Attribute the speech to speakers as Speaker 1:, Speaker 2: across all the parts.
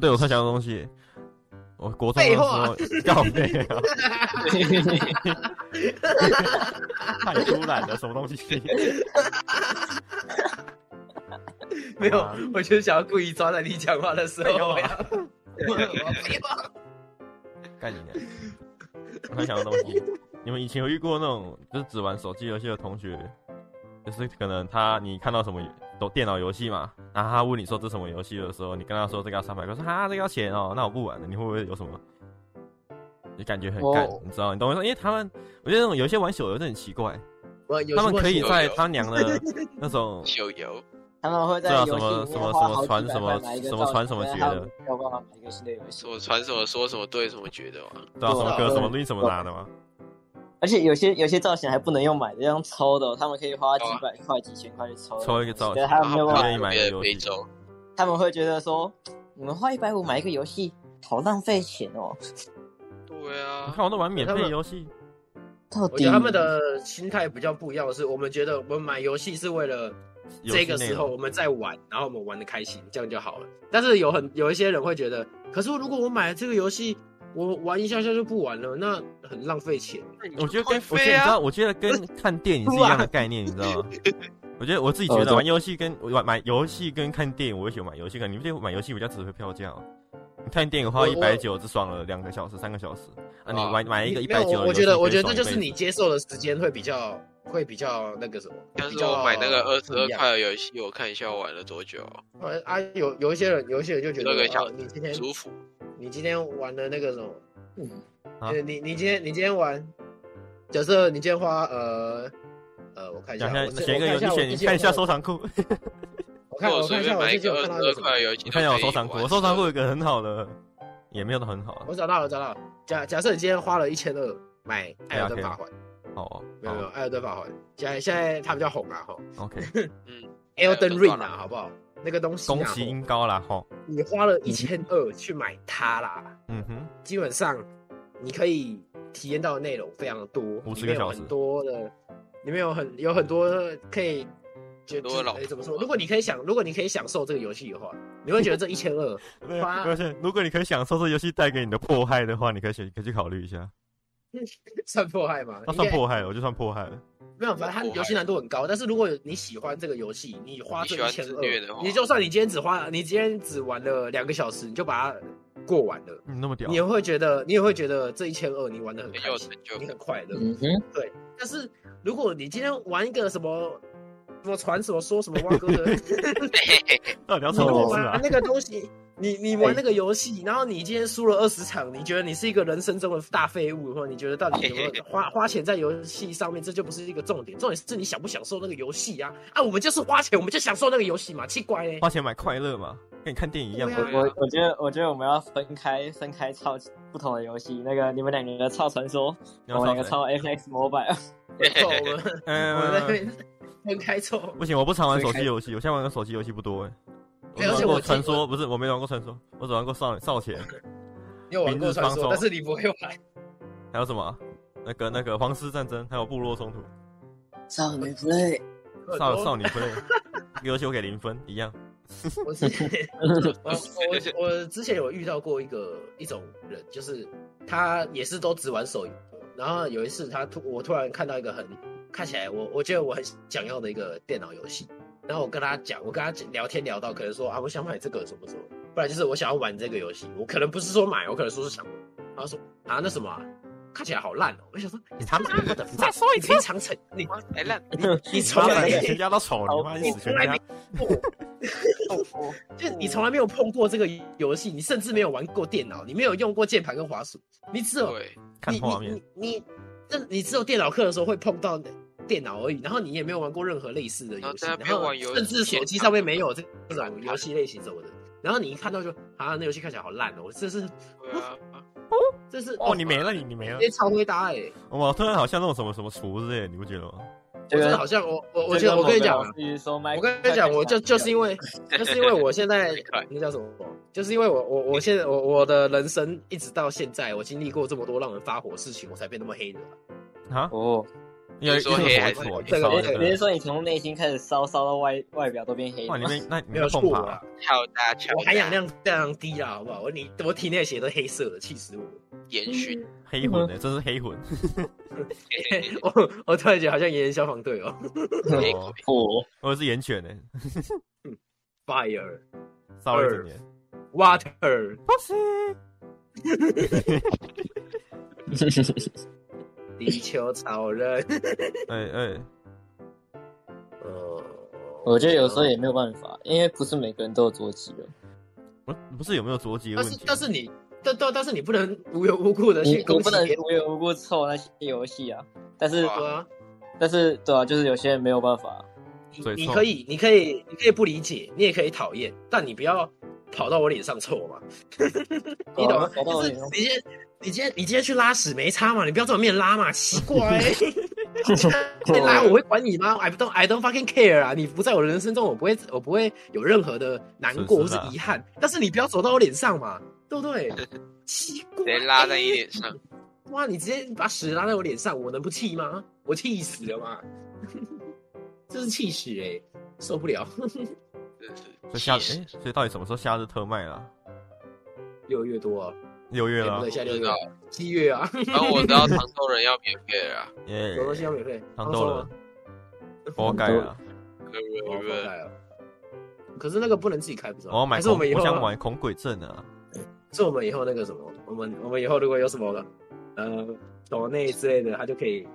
Speaker 1: 对我突然想到东西，我国中的时 候告背啊，太突然了，什么东西？
Speaker 2: 没有
Speaker 1: 啊，
Speaker 2: 我就是想要故意抓在你讲话的时候
Speaker 1: 废话
Speaker 2: 我要。废话
Speaker 1: 干你娘！我突然想到东西，你们以前有遇过那种就是只玩手机游戏的同学，就是可能他你看到什么都电脑游戏嘛，然后他问你说这什么游戏的时候，你跟他说这个要三百块，说哈这个要钱哦，那我不玩了，你会不会有什么？你感觉很干
Speaker 2: 哦
Speaker 3: 我，
Speaker 1: 你知道？你懂我意思？因为他们，我觉得那种有些玩手游真的很奇怪，
Speaker 2: 我有
Speaker 1: 他们
Speaker 2: 什么
Speaker 1: 可以
Speaker 2: 手
Speaker 1: 在
Speaker 2: 呃游
Speaker 1: 他娘的那种
Speaker 4: 手游，
Speaker 3: 他们会在
Speaker 1: 对啊
Speaker 3: 游戏里面
Speaker 1: 什么什么
Speaker 3: 花好几
Speaker 1: 传
Speaker 3: 百
Speaker 1: 什么
Speaker 3: 块买一个
Speaker 1: 什么
Speaker 3: 造
Speaker 1: 传
Speaker 3: 型
Speaker 1: 什么
Speaker 3: 但
Speaker 1: 觉
Speaker 3: 他
Speaker 1: 得
Speaker 3: 们没有办法买一个新的游戏
Speaker 4: 什。么传什么说什么对什么觉得嘛，
Speaker 1: 对啊什么歌
Speaker 3: 对
Speaker 1: 什么绿什么拿的嘛，
Speaker 3: 而且有些有些造型还不能用买的，要用抽的哦、他们可以花几
Speaker 4: 哦
Speaker 3: 百块、几千块去抽。
Speaker 1: 抽一个造型
Speaker 3: 对，
Speaker 2: 啊
Speaker 3: 他
Speaker 4: 然
Speaker 3: 们没
Speaker 4: 后
Speaker 3: 有
Speaker 1: 不
Speaker 3: 办
Speaker 1: 愿
Speaker 3: 法，
Speaker 1: 意买
Speaker 4: 别
Speaker 1: 游戏
Speaker 4: 非洲，
Speaker 3: 他们会觉得说，你们花一百五买一个游戏，好浪费钱哦。
Speaker 4: 对
Speaker 1: 你
Speaker 4: 啊，
Speaker 1: 看我都玩免
Speaker 2: 他
Speaker 1: 费
Speaker 2: 们
Speaker 1: 游戏，
Speaker 3: 到
Speaker 2: 我
Speaker 3: 底
Speaker 2: 觉得他们的心态比较不一样的是，我们觉得我们买游戏是为了
Speaker 1: 游戏
Speaker 2: 这个
Speaker 1: 内
Speaker 2: 时候
Speaker 1: 容
Speaker 2: 我们在玩，然后我们玩的开心，这样就好了。但是有很有一些人会觉得，可是如果我买了这个游戏，我玩一下下就不玩了，那很浪费钱。
Speaker 1: 我觉得跟我觉得
Speaker 4: 飞
Speaker 1: 你知
Speaker 4: 啊
Speaker 1: 道，，我觉得 跟看电影是一样的概念，你知道吗？我觉得我自己觉
Speaker 3: 呃
Speaker 1: 得
Speaker 3: 对
Speaker 1: 玩游戏跟我玩买游戏跟看电影，我会喜欢买游戏。可能你们觉得买游戏比较值回票价哦。你看电影花
Speaker 2: 我
Speaker 1: 一百九，只爽了两个小时、三个小时啊！你
Speaker 4: 啊
Speaker 1: 玩买一个
Speaker 2: 你
Speaker 1: 一
Speaker 2: 没有
Speaker 1: 百九，
Speaker 2: 我我觉得我觉得这就是你接受的时间会比较会比较那个什么。
Speaker 4: 但
Speaker 2: 比
Speaker 4: 是
Speaker 2: 较
Speaker 4: 我买那个二十
Speaker 2: 不
Speaker 4: 二
Speaker 2: 一样
Speaker 4: 块的游戏，我看一下我玩了多久，
Speaker 2: 呃啊，有有一些人有一些人就觉得，
Speaker 4: 这个小
Speaker 2: 哦你今天
Speaker 4: 舒服。
Speaker 2: 你今天玩的那个什么，
Speaker 3: 嗯
Speaker 1: 啊
Speaker 2: 呃你你今天你今天玩，假设你今天花呃呃，我看一下，
Speaker 1: 讲
Speaker 2: 我
Speaker 1: 一
Speaker 2: 先
Speaker 1: 下，选一个游
Speaker 2: 我
Speaker 1: 戏，选你
Speaker 2: 之前
Speaker 1: 看一下
Speaker 2: 有
Speaker 1: 收藏库，
Speaker 2: 我看
Speaker 4: 那
Speaker 2: 我
Speaker 4: 随
Speaker 2: 看一
Speaker 4: 便
Speaker 2: 下我
Speaker 4: 买一
Speaker 2: 之前
Speaker 4: 个二
Speaker 2: 有
Speaker 4: 十
Speaker 2: 看到一
Speaker 4: 二
Speaker 2: 个
Speaker 4: 块
Speaker 2: 什
Speaker 4: 的
Speaker 2: 么，
Speaker 4: 游戏，
Speaker 1: 你看一下我收藏库，
Speaker 4: 过，
Speaker 1: 我收藏库有一个很好的，也没有到很好啊
Speaker 2: 我。找到了找到了，假假设你今天花了一千二买《艾尔登法环》，
Speaker 1: 好啊哦，
Speaker 2: 没有没有，《艾尔登法环》现在现在它比较红啊哈，
Speaker 1: 好，OK，
Speaker 2: 《Elden
Speaker 4: 登法》
Speaker 2: Ring 啊，
Speaker 4: 环
Speaker 2: 好不好？那个东西啊，
Speaker 1: 恭喜音高啦吼，
Speaker 2: 吼你花了一千二去买它啦，
Speaker 1: 嗯哼，
Speaker 2: 基本上你可以体验到的内容非常多，
Speaker 1: 50
Speaker 2: 里面
Speaker 1: 个
Speaker 2: 有
Speaker 1: 小时
Speaker 2: 很多的，里面有很有很多可以觉
Speaker 4: 多
Speaker 2: 得
Speaker 4: 老
Speaker 2: 哎怎么说？
Speaker 4: 婆啊
Speaker 2: 如果你可以享，如果你可以享受这个游戏的话，你会觉得这一千二
Speaker 1: 对，
Speaker 2: 花
Speaker 1: 而且如果你可以享受这游戏带给你的迫害的话，你可以选，可以去考虑一下。
Speaker 2: 算迫害
Speaker 1: 那
Speaker 2: 吗？应该
Speaker 1: 哦算迫害了，我就算迫害了。
Speaker 2: 没有，反正它游戏难度很高。但是如果你喜欢这个游戏，你花这一
Speaker 4: 你喜
Speaker 2: 千
Speaker 4: 欢自虐的
Speaker 2: 二，
Speaker 4: 话
Speaker 2: 你就算你今天只花，你今天只玩了两个小时，你就把它过完了，
Speaker 1: 你那么屌
Speaker 2: 你，也会觉得，你也会觉得这一千二你玩的很
Speaker 4: 很
Speaker 2: 开
Speaker 4: 有
Speaker 2: 心
Speaker 4: 成，就
Speaker 2: 你
Speaker 4: 感
Speaker 2: 很。快乐。
Speaker 3: 嗯哼，
Speaker 2: 但是如果你今天玩一个什么什么传什么说什么蛙哥的，
Speaker 1: 到底要
Speaker 2: 你
Speaker 1: 抽
Speaker 2: 如果
Speaker 1: 几次啊
Speaker 2: 玩？那个东西，你你玩那个游戏，然后你今天输了二十场，你觉得你是一个人生中的大废物，或者你觉得到底有没有 花花钱在游戏上面，这就不是一个重点，重点是你享不享受那个游戏呀、啊？我们就是花钱，我们就享受那个游戏嘛，奇怪嘞。
Speaker 1: 花钱买快乐嘛，跟你看电影一样。
Speaker 2: 对啊
Speaker 3: 我我觉得我觉得我们要分开分开操不同的游戏。那个你们两个的操传说，
Speaker 1: 你
Speaker 3: 我们两
Speaker 1: 要
Speaker 3: 个
Speaker 1: 操
Speaker 3: 操 FX Mobile。
Speaker 2: 没错，我们
Speaker 1: 谁？
Speaker 2: 我们在
Speaker 1: 嗯，
Speaker 2: 那边分开凑。
Speaker 1: 不行，我不常玩手机游戏，我现在玩的手机游戏不多哎。我只
Speaker 2: 哎而
Speaker 1: 玩
Speaker 2: 且
Speaker 1: 过
Speaker 2: 我
Speaker 1: 传
Speaker 2: 记
Speaker 1: 说，不是我没玩过传说，我只玩过少少钱，
Speaker 2: 你有玩过传
Speaker 1: 明日方
Speaker 2: 说
Speaker 1: 舟，
Speaker 2: 但是你不会玩。
Speaker 1: 还有什么啊那个那个皇室战争，还有部落冲突，
Speaker 3: 少女 play，
Speaker 1: 少
Speaker 2: 我
Speaker 1: 少女 play，这个游戏我给零分一样。
Speaker 2: 我之前我我我之前有遇到过一个一种人，就是他也是都只玩手游，然后有一次他突我突然看到一个很看起来我我觉得我很想要的一个电脑游戏，然后我跟他讲，我跟他聊天聊到可能说啊我想买这个什么什么，不然就是我想要玩这个游戏，我可能不是说买，我可能说是想玩，然后说啊那什么啊、看起来好烂哦！我想说，你他妈的，你再说一次，平常成你
Speaker 4: 哎烂，
Speaker 2: 你
Speaker 1: 妈
Speaker 2: 从
Speaker 1: 反
Speaker 2: 来
Speaker 1: 正
Speaker 2: 没
Speaker 1: 你全家都丑，你妈
Speaker 2: 你
Speaker 1: 一死
Speaker 2: 从
Speaker 1: 全
Speaker 2: 来
Speaker 1: 家
Speaker 2: 没。过，
Speaker 3: 哦
Speaker 2: 就是
Speaker 4: 嗯
Speaker 2: 你从来没有碰过这个游戏，你甚至没有玩过电脑，你没有用过键盘跟滑鼠，你只有
Speaker 4: 对，
Speaker 1: 看画面
Speaker 2: 你，你你那你只有电脑课的时候会碰到电脑而已，然后你也没有玩过任何类似的游戏，
Speaker 4: 啊然后在那
Speaker 2: 然
Speaker 4: 边
Speaker 2: 后
Speaker 4: 玩游戏
Speaker 2: 甚至手机上面没有这种游戏类型什么的，然后你一看到就啊，那游戏看起来好烂哦，我这是
Speaker 4: 对啊，
Speaker 2: 这是
Speaker 1: 哦，你没了，你你没了
Speaker 2: 直。接超回答哎、欸，
Speaker 1: 哇，突然好像那种什么什么厨之类的，你不觉得吗？
Speaker 2: 我
Speaker 3: 这
Speaker 2: 真的
Speaker 3: 个
Speaker 2: 好像我我我觉得我跟你讲啊。，我跟你讲，我就就是因
Speaker 3: 为
Speaker 2: 为，就是因为我现在那叫什么？就是因为我我我现在我我的人生一直到现在，我经历过这么多让人发火的事情，我才变那么黑的。
Speaker 1: 啊，
Speaker 3: 哦，
Speaker 1: 因为
Speaker 4: 你说黑还是
Speaker 1: 火
Speaker 4: 你
Speaker 1: 烧
Speaker 2: 这
Speaker 1: 那
Speaker 2: 个
Speaker 3: 你是
Speaker 1: 个，
Speaker 3: 说你从内心开始烧，烧到外外表都变黑？
Speaker 1: 哇，你们那你
Speaker 2: 没
Speaker 1: 们
Speaker 2: 有
Speaker 1: 碰
Speaker 2: 错
Speaker 1: 爬
Speaker 2: 啊
Speaker 1: 啊，，
Speaker 4: 跳大跳大，
Speaker 2: 我含氧量非常低啊啦，好不好？我你我体内的血都黑色的，气死我！
Speaker 4: 延续，
Speaker 1: 黑魂的，这是黑魂，
Speaker 2: 我我突然觉得好像炎炎消防队哦
Speaker 4: 黑
Speaker 1: 哦
Speaker 4: 鬼
Speaker 3: 火，
Speaker 1: 或者是岩犬的，欸
Speaker 2: ，fire
Speaker 1: 烧了一整年。
Speaker 2: water
Speaker 1: 不是，
Speaker 2: 地球超人。
Speaker 1: 哎哎，
Speaker 2: 哦，
Speaker 3: 我觉得有时候也没有办法，因为不是每个人都有捉鸡的。
Speaker 1: 不不是有没有捉鸡的
Speaker 2: 但
Speaker 1: 问
Speaker 2: 是
Speaker 1: 题？啊
Speaker 2: 但是你但但但是你不能无缘无故的
Speaker 3: 你
Speaker 2: 去
Speaker 3: 我
Speaker 2: 攻
Speaker 3: 不
Speaker 2: 击
Speaker 3: 能
Speaker 2: 别人
Speaker 3: 无缘无故凑那些游戏啊，但是
Speaker 4: 哇
Speaker 2: 啊！
Speaker 3: 但是对啊，就是有些人没有办法。
Speaker 2: 你
Speaker 1: 所以
Speaker 2: 你
Speaker 1: 臭
Speaker 2: 可以你可以你可以不理解，你也可以讨厌，但你不要跑到我脸上凑 嘛，你懂吗？
Speaker 3: 跑到
Speaker 2: 就
Speaker 3: 我
Speaker 2: 是
Speaker 3: 脸上
Speaker 2: 你今天你今天你今天去拉屎没擦嘛，你不要在我面前拉嘛，奇 怪、欸。被拉我会管你吗？I don't I don't fucking care 啊！你不在我的人生中，我不会我不会有任何的难过或
Speaker 1: 损失
Speaker 2: 是
Speaker 1: 啦
Speaker 2: 遗憾，但是你不要走到我脸上嘛，对 不对？奇怪，欸
Speaker 4: 直接拉在你脸上，
Speaker 2: 哇！你直接把屎拉在我脸上，我能不气吗？我气死了嘛！ 真是气死哎、受不了！
Speaker 4: 真是
Speaker 1: 所以夏
Speaker 4: 气
Speaker 1: 哎
Speaker 4: 死！，
Speaker 1: 所以到底什么时候夏日特卖啦？
Speaker 2: 六月多啊，
Speaker 1: 六月啦
Speaker 2: 对，下
Speaker 4: 不
Speaker 2: 六
Speaker 4: 知
Speaker 2: 月
Speaker 4: 道，
Speaker 2: 七月啊，
Speaker 4: 然后我知道糖豆人要免费了啊，
Speaker 1: 耶
Speaker 2: 有东西要免费，
Speaker 1: 糖豆
Speaker 2: 了
Speaker 1: 人，，我改 了，
Speaker 4: 可不
Speaker 2: 我
Speaker 4: 可不
Speaker 2: 要带啊。可是那个不能自己开，不是吗？
Speaker 1: 我要买
Speaker 2: 还是我
Speaker 1: 恐，
Speaker 2: 们以后
Speaker 1: 我想买恐鬼阵啊！
Speaker 2: 是我们以后那个什么，我们我们以后如果有什么呃抖内之类的，他就可以。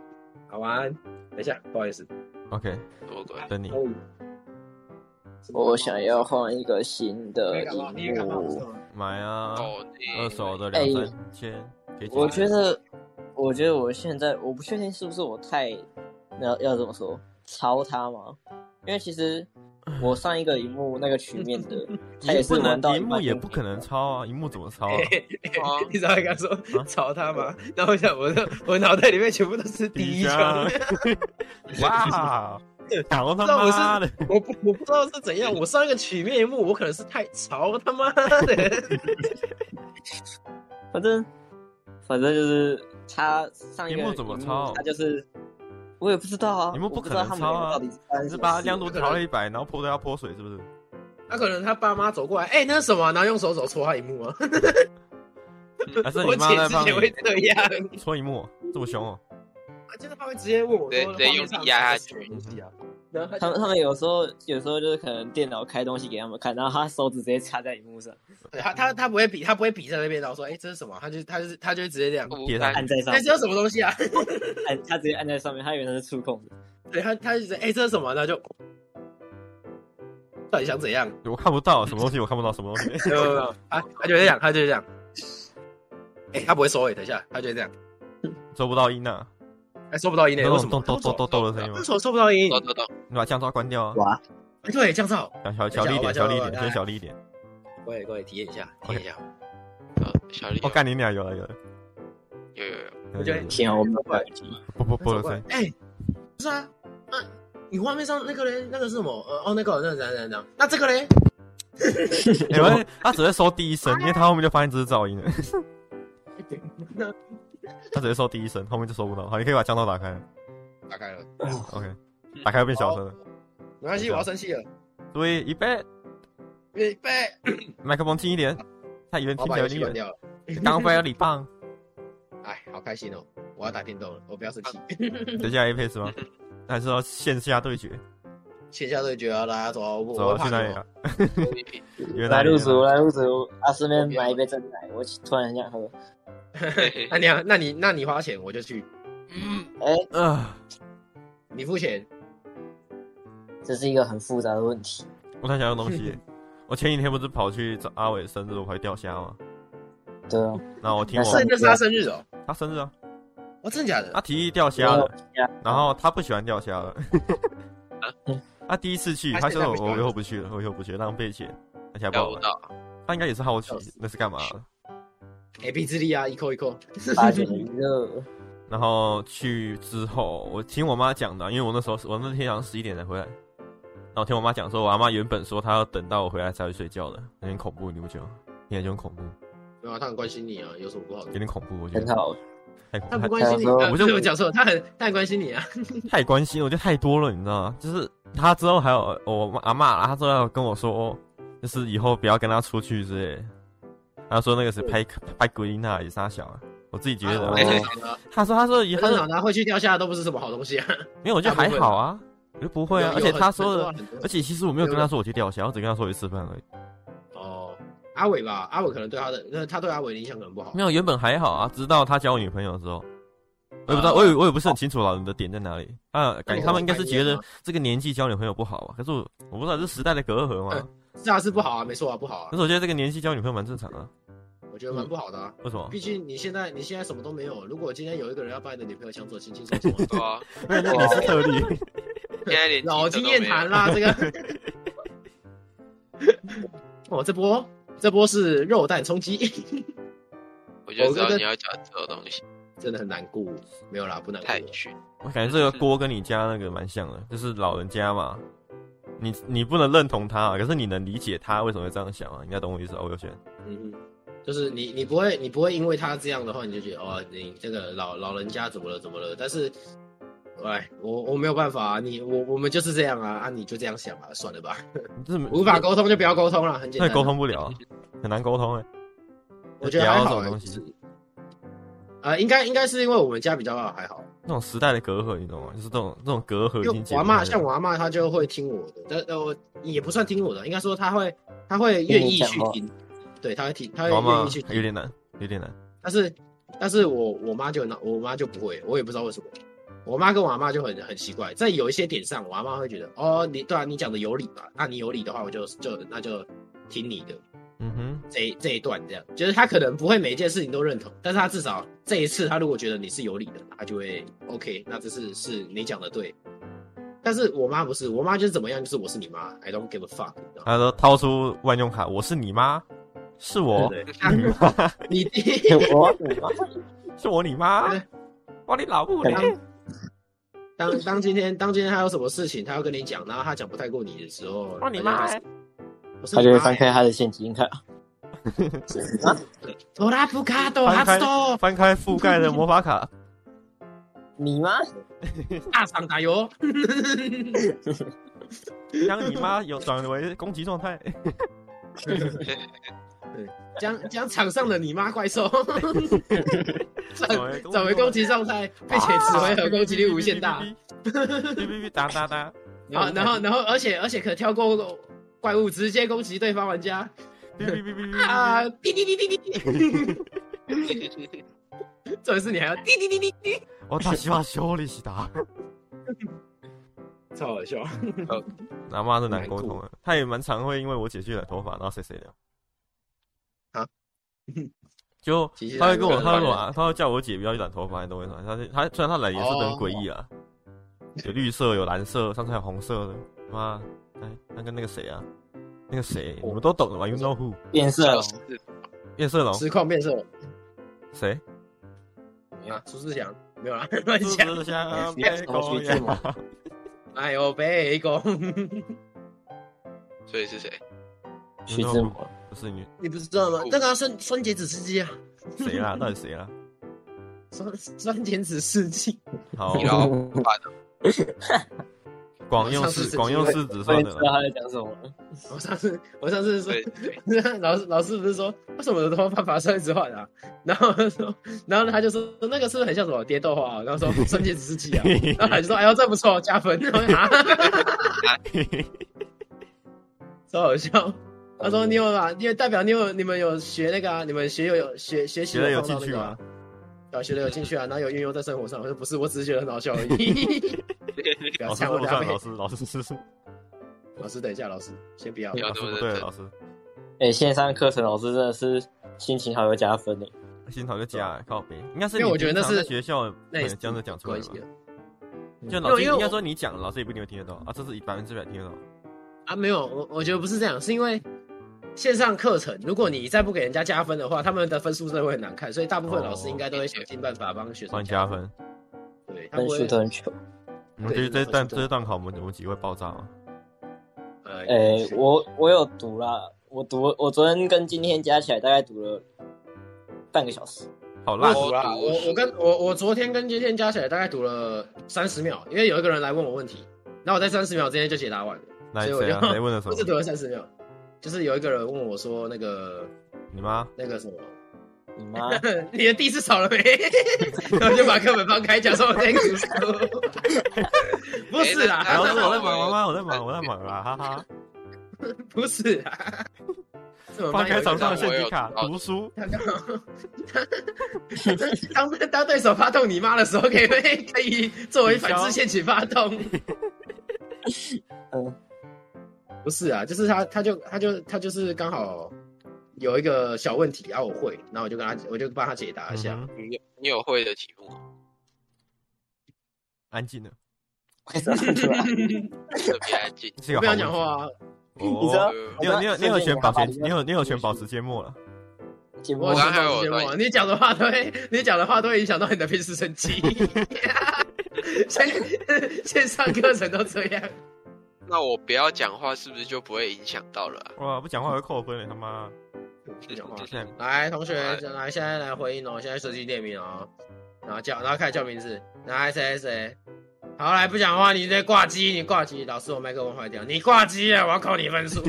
Speaker 2: 好玩，等一下，不好意思，
Speaker 1: OK，
Speaker 2: 哦
Speaker 4: 什么鬼？
Speaker 1: 等你。
Speaker 3: 我想要换一个新的
Speaker 2: 感冒，你也
Speaker 3: 荧
Speaker 2: 感冒
Speaker 3: 幕
Speaker 2: 是。吗？
Speaker 1: 买啊，
Speaker 4: 哦，
Speaker 1: 二手的
Speaker 3: 哎
Speaker 1: 两三千，可以解
Speaker 3: 我
Speaker 1: 决
Speaker 3: 觉得，我觉得我现在我不确定是不是我太要要怎么说潮他嘛，因为其实我上一个荧幕那个曲面 的，他也
Speaker 1: 也
Speaker 3: 是
Speaker 1: 不
Speaker 3: 玩
Speaker 1: 能，
Speaker 3: 到一
Speaker 1: 荧幕
Speaker 3: 半
Speaker 1: 也
Speaker 3: 就
Speaker 1: 不可能抄啊，荧幕怎么抄啊？
Speaker 4: 哦啊
Speaker 2: 你知道他刚说吵他吗？然后我想，我的我脑袋里面全部都是 第一枪，，
Speaker 1: 哇，打我他
Speaker 2: 知道我是
Speaker 1: 妈的！
Speaker 2: 我不我不知道是怎样。我上一个曲面一幕，我可能是太吵他 妈的，
Speaker 3: 反正反正就是他上一个
Speaker 1: 荧幕怎么抄
Speaker 3: 他就是我也不知道啊，
Speaker 1: 荧幕不
Speaker 3: 我不
Speaker 1: 可能
Speaker 3: 知道他们
Speaker 1: 抄
Speaker 3: 两个
Speaker 1: 啊
Speaker 3: 到底发生
Speaker 1: 你是
Speaker 3: 什么
Speaker 1: 把它
Speaker 3: 事
Speaker 1: 亮度
Speaker 2: 不可
Speaker 1: 调
Speaker 2: 能
Speaker 1: 了一百，然后破都要泼水， 是不是？
Speaker 2: 他可能他爸妈走过来，哎、那是什么？然后用手肘戳他一幕啊。
Speaker 1: 还是
Speaker 2: 我
Speaker 1: 你
Speaker 2: 姐
Speaker 1: 妈在
Speaker 2: 之
Speaker 1: 帮
Speaker 2: 前会
Speaker 1: 你
Speaker 2: 这样，
Speaker 1: 搓荧幕，这么凶哦？
Speaker 2: 啊就是他会直接问我
Speaker 4: 对
Speaker 2: 说，
Speaker 4: 对用力压下去
Speaker 2: 东西啊，然后
Speaker 3: 他
Speaker 2: 他
Speaker 3: 们他们有时候有时候就是可能电脑开东西给他们看，然后他手指直接插在荧幕上，
Speaker 2: 就他他他不会比他不会比在那边，然后说，哎、这是什么？他就他就是他就会直接这样，
Speaker 4: 不
Speaker 1: 铁蛋
Speaker 4: 干
Speaker 3: 按在上
Speaker 2: 哎、
Speaker 3: 面，
Speaker 2: 这是什么东西啊？
Speaker 3: 按他直接按在上面，他以为他是触控的，
Speaker 2: 对他他就直接，哎、这是什么？然后就到底想怎样？
Speaker 1: 我看不到什么东西，我看不到什么东西。
Speaker 2: 没有没有没有，他他 就会这样，他就会这样。哎、他不会收尾，等一下，他就会这样，
Speaker 1: 收不到音 呐，
Speaker 2: 哎，收不到音
Speaker 1: 有
Speaker 2: 嘞，
Speaker 1: 那
Speaker 2: 为
Speaker 1: 种
Speaker 2: 什么？哦
Speaker 1: 咚咚咚咚咚的声音吗
Speaker 2: 为？什么收不到音？
Speaker 4: 懂懂懂，
Speaker 1: 你把降噪关掉啊！
Speaker 3: 哇，
Speaker 2: 哎对，降噪，
Speaker 1: 小小小力一点，小力一点，先小力一点。
Speaker 2: 各位各位体验一下，体验一下。
Speaker 4: 呃小
Speaker 2: 哎
Speaker 4: 丽
Speaker 1: 我干你俩有了有了，
Speaker 4: 有有有，
Speaker 1: 有了有了
Speaker 3: 天啊，我没有办法
Speaker 1: 不不不的声音。
Speaker 2: 哎、不是啊，那、你画面上那个嘞，那个是什么？呃，哦，那个，那个怎样怎样怎样？那这个嘞，
Speaker 1: 哎，我发现他只会收第一声，因为他后面就发现这是噪音了。他只会收第一声，后面就收不到。好，你可以把降噪打开。
Speaker 2: 打开了，
Speaker 1: OK，打开又变小声了。
Speaker 2: 没关系，我要生气了，
Speaker 1: 对，一备，
Speaker 2: 预备，
Speaker 1: 麦克风近一点，太远
Speaker 2: 我
Speaker 1: 听
Speaker 2: 把
Speaker 1: 起来有
Speaker 2: 游戏
Speaker 1: 点远。
Speaker 2: 关掉了。
Speaker 1: 刚飞了礼棒，
Speaker 2: 哎，好开心哦！我要打电动了，我不要生 气。
Speaker 1: 等一下 A 配是 吗？还是要线下对决？
Speaker 2: 线下对决啊，大家走啊，我不
Speaker 1: 走
Speaker 2: 我
Speaker 1: 啊
Speaker 2: 怕
Speaker 1: 去
Speaker 2: 什
Speaker 1: 哪里
Speaker 2: 么
Speaker 1: 啊？？
Speaker 3: 提。
Speaker 1: 原
Speaker 3: 来
Speaker 1: 入
Speaker 3: 入主，来入主，啊，顺便买一杯真奶，我突然很想喝。
Speaker 2: 那你要那你那你花钱我就去，
Speaker 4: 嗯，
Speaker 3: 哎，
Speaker 1: 啊！
Speaker 2: 你付钱。
Speaker 3: 这是一个很复杂的问题。
Speaker 1: 我太想要东 西。我前几天不是跑去找阿伟生日，我跑去钓虾吗？
Speaker 3: 对啊，
Speaker 1: 然后我听我
Speaker 3: 那
Speaker 2: 是那是他生日哦，
Speaker 1: 他生日啊，
Speaker 2: 哦，真的假的
Speaker 1: 他？提议钓
Speaker 3: 然
Speaker 1: 虾
Speaker 3: 后
Speaker 1: 了，然后他不喜欢钓虾 了。他第一次去，他
Speaker 2: 他
Speaker 1: 说
Speaker 2: 现在
Speaker 1: 我
Speaker 2: 不喜欢
Speaker 1: 我以后不去了，我以后不去了，浪费钱，而且还不
Speaker 4: 钓
Speaker 1: 好
Speaker 4: 不
Speaker 1: 玩。
Speaker 4: 到，
Speaker 1: 他应该也是好奇
Speaker 2: 笑死
Speaker 1: 那是干嘛的。
Speaker 2: 哎，鼻之力啊，一扣一 扣。
Speaker 3: 八九一个，
Speaker 1: 然后去之后，我听我妈讲的，因为我那时候我那天好像十一点才回来。然后我听我妈讲说，我阿妈原本说她要等到我回来才会睡觉的，有点恐怖，你不觉得吗？有点恐怖，
Speaker 2: 没有啊，他很关心你啊，有什么不好的
Speaker 1: 有？点恐怖，我觉
Speaker 3: 很
Speaker 1: 得。
Speaker 3: 好。
Speaker 1: 太
Speaker 2: 他
Speaker 1: 太
Speaker 2: 不关心你，啊
Speaker 1: 我
Speaker 2: 不
Speaker 1: 就是
Speaker 2: 我讲错，他很他很关心你啊。
Speaker 1: 太关心了，我觉得太多了，你知道吗？就是他之后还有我阿妈啦，他之后还有跟我说，哦就是以后不要跟他出去之类的。他说那个是拍
Speaker 2: 嗯
Speaker 1: 拍古丽娜也傻小啊，我自己觉 得。
Speaker 2: 啊我
Speaker 4: 哎
Speaker 2: 跟你
Speaker 1: 我
Speaker 2: 讲啊
Speaker 1: 他说他说以后
Speaker 2: 他脑拿会去掉下的都不是什么好东西啊。
Speaker 1: 没有，我觉得还好啊，我觉得不会啊。
Speaker 2: 有
Speaker 1: 而且他说，
Speaker 2: 有
Speaker 1: 的，
Speaker 2: 很很多
Speaker 1: 而且其实我没有跟他说我去钓虾，我只跟他说我去吃饭而已。
Speaker 2: 哦，阿伟吧，阿伟可能对他的，那他对阿伟的印象可能不好
Speaker 1: 没。有，原本还好啊，直到他交我女朋友之后，我也不知道，我也我也不是很清楚老人的点在哪里啊。感觉他们应该是觉得这个年纪交女朋友不好吧？啊可是我我不知道这是时代的隔阂嘛。
Speaker 2: 是啊，是不好啊，没错啊，不好
Speaker 1: 可
Speaker 2: 啊，
Speaker 1: 是我觉得这个年纪交女朋友蛮正常的啊，
Speaker 2: 我觉得蛮不好的啊。
Speaker 1: 为什么？
Speaker 2: 毕竟你现在你现在什么都没有，如果今天有一个人要把你的女朋友抢走，轻轻松松啊。
Speaker 4: 对啊，
Speaker 1: 没有，那你是特例。
Speaker 4: 现在连
Speaker 2: 老经验谈
Speaker 4: 了，
Speaker 2: 啦，这个。哦，这波这波是肉蛋冲击，
Speaker 4: 我就知
Speaker 2: 我
Speaker 4: 道
Speaker 2: 觉得
Speaker 4: 你要讲这种东西，
Speaker 2: 真的很难顾。没有啦，不难
Speaker 4: 太
Speaker 2: 顾。
Speaker 4: 逊。
Speaker 1: 我感觉这个锅跟你家那个蛮像的，就是老人家嘛。你你不能认同他、啊，可是你能理解他为什么会这样想啊？你应该懂我意思啊，欧优轩。
Speaker 2: 嗯，就是你你不会你不会因为他这样的话，你就觉得哦，你这个老老人家怎么了怎么了？但是，哎，我我没有办法啊，你我我们就是这样啊啊，你就这样想吧，算 了吧，
Speaker 1: 这是
Speaker 2: 无法沟通就不要沟通了，很简
Speaker 1: 那
Speaker 2: 单。
Speaker 1: 也沟，通不了啊，很难沟通哎、
Speaker 2: 我觉得还好、
Speaker 1: 聊到这
Speaker 2: 啊
Speaker 1: 种东西
Speaker 2: 就是呃，应该应该是因为我们家比较还好，
Speaker 1: 那种时代的隔阂，你懂吗？就是这种这种隔阂已
Speaker 2: 就
Speaker 1: 经解
Speaker 2: 我
Speaker 1: 不
Speaker 2: 阿妈，
Speaker 1: 开
Speaker 2: 像
Speaker 1: 了
Speaker 2: 我阿妈，她就会听我的，但呃，我也不算听我的，应该说她会，她会愿意去
Speaker 3: 听你讲话
Speaker 2: 听，对，她会听，她会
Speaker 1: 我阿
Speaker 2: 愿
Speaker 1: 妈
Speaker 2: 意去
Speaker 1: 有
Speaker 2: 听，
Speaker 1: 点难，有点难。
Speaker 2: 但是，但是我我妈就那，我妈就不会，我也不知道为什么，我妈跟我阿妈就很很奇怪，在有一些点上，我阿妈会觉得，哦，你对啊，你讲的有理吧，那你有理的话，我就就那就听你的
Speaker 1: 嗯哼，
Speaker 2: 这一这一段这样，就是她可能不会每一件事情都认同，但是她至少这一次，她如果觉得你是有理的，她就会 OK，那这是是你讲的对。但是我妈不是，我妈就是怎么样，就是我是你妈，I don't give a fuck，你知道吗
Speaker 1: 他说掏出万用卡，我是你妈，是我，
Speaker 2: 对不
Speaker 1: 你
Speaker 2: 对？
Speaker 1: 妈，
Speaker 2: 你弟
Speaker 3: 我你妈
Speaker 1: 是我你妈
Speaker 2: 对，
Speaker 1: 我你老母嘞！
Speaker 2: 当当当今天当今天他有什么事情，他要跟你讲，然后他讲不太过你的时候，
Speaker 1: 哇你妈欸
Speaker 2: 不是
Speaker 3: 他
Speaker 2: 你
Speaker 3: 就会
Speaker 2: 妈
Speaker 3: 翻
Speaker 2: 欸，
Speaker 3: 开他的现 金卡，啊
Speaker 2: 我拉布卡多
Speaker 1: 翻
Speaker 2: 哈
Speaker 1: 开
Speaker 2: 斯多
Speaker 1: 翻开覆盖的魔法卡，
Speaker 3: 你妈
Speaker 2: 大厂打油，
Speaker 1: 将你妈有转为攻击状态。
Speaker 2: 将将场上的你妈怪兽转
Speaker 1: 转为
Speaker 2: 转为攻击状态，并且指挥和攻击力无限大，
Speaker 1: 哔哔哔哒哒哒，
Speaker 2: 然后然后然后而且而且可跳过怪物直接攻击对方玩家
Speaker 1: 哔哔哔哔
Speaker 2: 啊
Speaker 1: 哔，
Speaker 2: 滴滴滴滴滴，重点是你还要滴滴滴滴滴，
Speaker 1: 我打希望修理西达。
Speaker 2: 超好笑。
Speaker 1: 阿妈是难沟通的，她也蛮常会因为我姐去染头发，然后谁谁聊。
Speaker 2: 啊？
Speaker 1: 就
Speaker 2: 其实
Speaker 1: 她会跟我，
Speaker 2: 染头
Speaker 1: 她
Speaker 2: 发
Speaker 1: 会跟我，她会叫我姐不要去染头发，你懂我意思吗？她是她虽然她染颜色都很诡异啊，有绿色，有蓝色，上次还有红色的。妈，哎，那跟那个谁啊，那个谁，你们都懂的吧？You know who？
Speaker 3: 变色
Speaker 4: 小
Speaker 3: 龙，
Speaker 4: 事
Speaker 1: 变色龙
Speaker 2: 实况变色
Speaker 1: 谁？
Speaker 2: 啊，苏志祥没有啦，乱
Speaker 1: 是
Speaker 2: 讲。
Speaker 1: 不是像
Speaker 3: 你是
Speaker 1: 被
Speaker 3: 什么
Speaker 1: 狗
Speaker 3: 学制
Speaker 1: 咬
Speaker 3: 吗？
Speaker 2: 哎呦，被攻！
Speaker 4: 所以是谁？
Speaker 3: 徐志摩，
Speaker 1: 不是你
Speaker 2: 你不知道吗
Speaker 4: 哦？
Speaker 2: 那个啊酸酸碱子刺激啊，
Speaker 1: 谁啦？到底谁啦？
Speaker 2: 酸酸碱子刺激，
Speaker 1: 好，
Speaker 4: 你老母把
Speaker 1: 广用柿，广用柿子
Speaker 3: 我
Speaker 1: 算
Speaker 3: 也知
Speaker 1: 的
Speaker 3: 道
Speaker 1: 啦。
Speaker 3: 他在讲什么了。
Speaker 2: 我上次我上次说
Speaker 4: 对，对
Speaker 2: 老师老师不是说为什么我的头发把酸子换啊？然后他说，然后他就说那个是不是很像什么蝶豆花、啊？然后说酸碱 子刺激啊，然后他就说哎呦这不错加分，然后我就啊， 超好
Speaker 1: 哦
Speaker 2: 笑。他说你有吧？因为代表你有你们有学那个啊，你们学有有学学习
Speaker 1: 学得有
Speaker 2: 放到那
Speaker 1: 进去
Speaker 2: 个
Speaker 1: 吗
Speaker 2: 啊？对啊，学的有进去啊，然后有运用在生活上。我说不是，我只是觉得很好笑而已。 不要
Speaker 1: 老师
Speaker 2: 呛我
Speaker 1: 不
Speaker 2: 搭
Speaker 1: 算，
Speaker 2: 配。
Speaker 1: 老师老师是是
Speaker 2: 老师，等一下，老师先不要
Speaker 4: 不。要
Speaker 1: 老师不对，老师
Speaker 3: 哎、线上课程老师真的是心情好又加分呢。
Speaker 1: 新头就加了靠背，应该是
Speaker 2: 因为
Speaker 1: 你
Speaker 2: 我觉得那
Speaker 1: 平常在
Speaker 2: 是
Speaker 1: 学校可
Speaker 2: 那也
Speaker 1: 能
Speaker 2: 是
Speaker 1: 这样子讲出来
Speaker 2: 关
Speaker 1: 吧
Speaker 2: 系。的
Speaker 1: 就老
Speaker 2: 因
Speaker 1: 师
Speaker 2: 为因为
Speaker 1: 应
Speaker 2: 我
Speaker 1: 该说你讲，老师也不一定会听得到啊，这是百分之百听得到。
Speaker 2: 啊，没有，我我觉得不是这样，是因为线上课程，如果你再不给人家加分的话，他们的分数真的会很难看，所以大部分老师应该都会想尽办法帮学
Speaker 1: 帮
Speaker 2: 生
Speaker 1: 你加。分，
Speaker 2: 对，他
Speaker 3: 分
Speaker 2: 不
Speaker 3: 数
Speaker 2: 会
Speaker 3: 都很糗。
Speaker 1: 我们觉得这
Speaker 2: 对
Speaker 1: 段
Speaker 2: 是的
Speaker 1: 这段考我们我们几个会爆炸吗？
Speaker 2: 呃，
Speaker 3: 哎、我我有读啦，我读我昨天跟今天加起来大概读了半个小时。
Speaker 1: 好
Speaker 2: 我
Speaker 1: 烂，
Speaker 2: 赌啦，
Speaker 4: 我赌
Speaker 2: 我我跟我我昨天跟今天加起来大概赌了三十秒，因为有一个人来问我问题，然后我在三十秒之内就解答完了，
Speaker 1: 来
Speaker 2: 所以我
Speaker 1: 谁啊？
Speaker 2: 就
Speaker 1: 谁问的什
Speaker 2: 不是
Speaker 1: 么？
Speaker 2: 赌了三十秒，就是有一个人问我说那个
Speaker 1: 你妈？
Speaker 2: 那个什么，
Speaker 3: 你 妈！
Speaker 2: 你的地是少了没？然后就把课本翻开，假装我在 读书。不是啊啦，
Speaker 4: 哎
Speaker 1: 然后
Speaker 4: 那
Speaker 1: 说我在忙，我在忙，我在
Speaker 4: 那
Speaker 1: 忙，我在忙啦，哈哈。
Speaker 2: 不是啊啦。是我们
Speaker 1: 翻
Speaker 2: 班有
Speaker 1: 开
Speaker 2: 一个
Speaker 1: 手上
Speaker 2: 叫
Speaker 1: 的
Speaker 2: 我
Speaker 1: 现金卡，读书。
Speaker 2: 他刚好 当当当对手发动你妈的时候，可以被可以作为反制陷阱发动。
Speaker 3: 嗯，
Speaker 2: 不是啊，就是他，他就他就他就是刚好有一个小问题，然、后我会，然后我就跟他，我就帮他解答一下。
Speaker 1: 嗯哼
Speaker 4: 你有你有会的题目吗？
Speaker 1: 安静的，
Speaker 3: 为什么 突然？
Speaker 4: 特别安静。
Speaker 1: 是
Speaker 2: 我
Speaker 1: 个
Speaker 2: 不
Speaker 1: 好问
Speaker 2: 想
Speaker 1: 题
Speaker 2: 讲话、啊，
Speaker 1: 哦
Speaker 3: 你知道
Speaker 4: 呃
Speaker 1: 你有你有你有选保全，你有你有选保持
Speaker 3: 持
Speaker 1: 缄默了。
Speaker 3: 节目
Speaker 2: 我有
Speaker 4: 刚
Speaker 2: 想
Speaker 4: 才
Speaker 2: 到
Speaker 4: 有
Speaker 2: 节目啊，
Speaker 4: 在
Speaker 2: 你讲的话都会，你讲的话都会影响到你的平时成绩。线线上课程都这 样，
Speaker 4: 那我不要讲话，是不是就不会影响到了啊？
Speaker 1: 哇，不讲话会扣分嘞，他妈！
Speaker 2: 不讲话。
Speaker 1: 现在
Speaker 2: 来，同学，来，现在来回应哦，现在手机点名哦，然后叫，然后开始叫名字，来谁谁谁，好，来不讲话，你这挂机，你挂机，老师我麦克风坏掉，你挂机了，我要扣你分 数。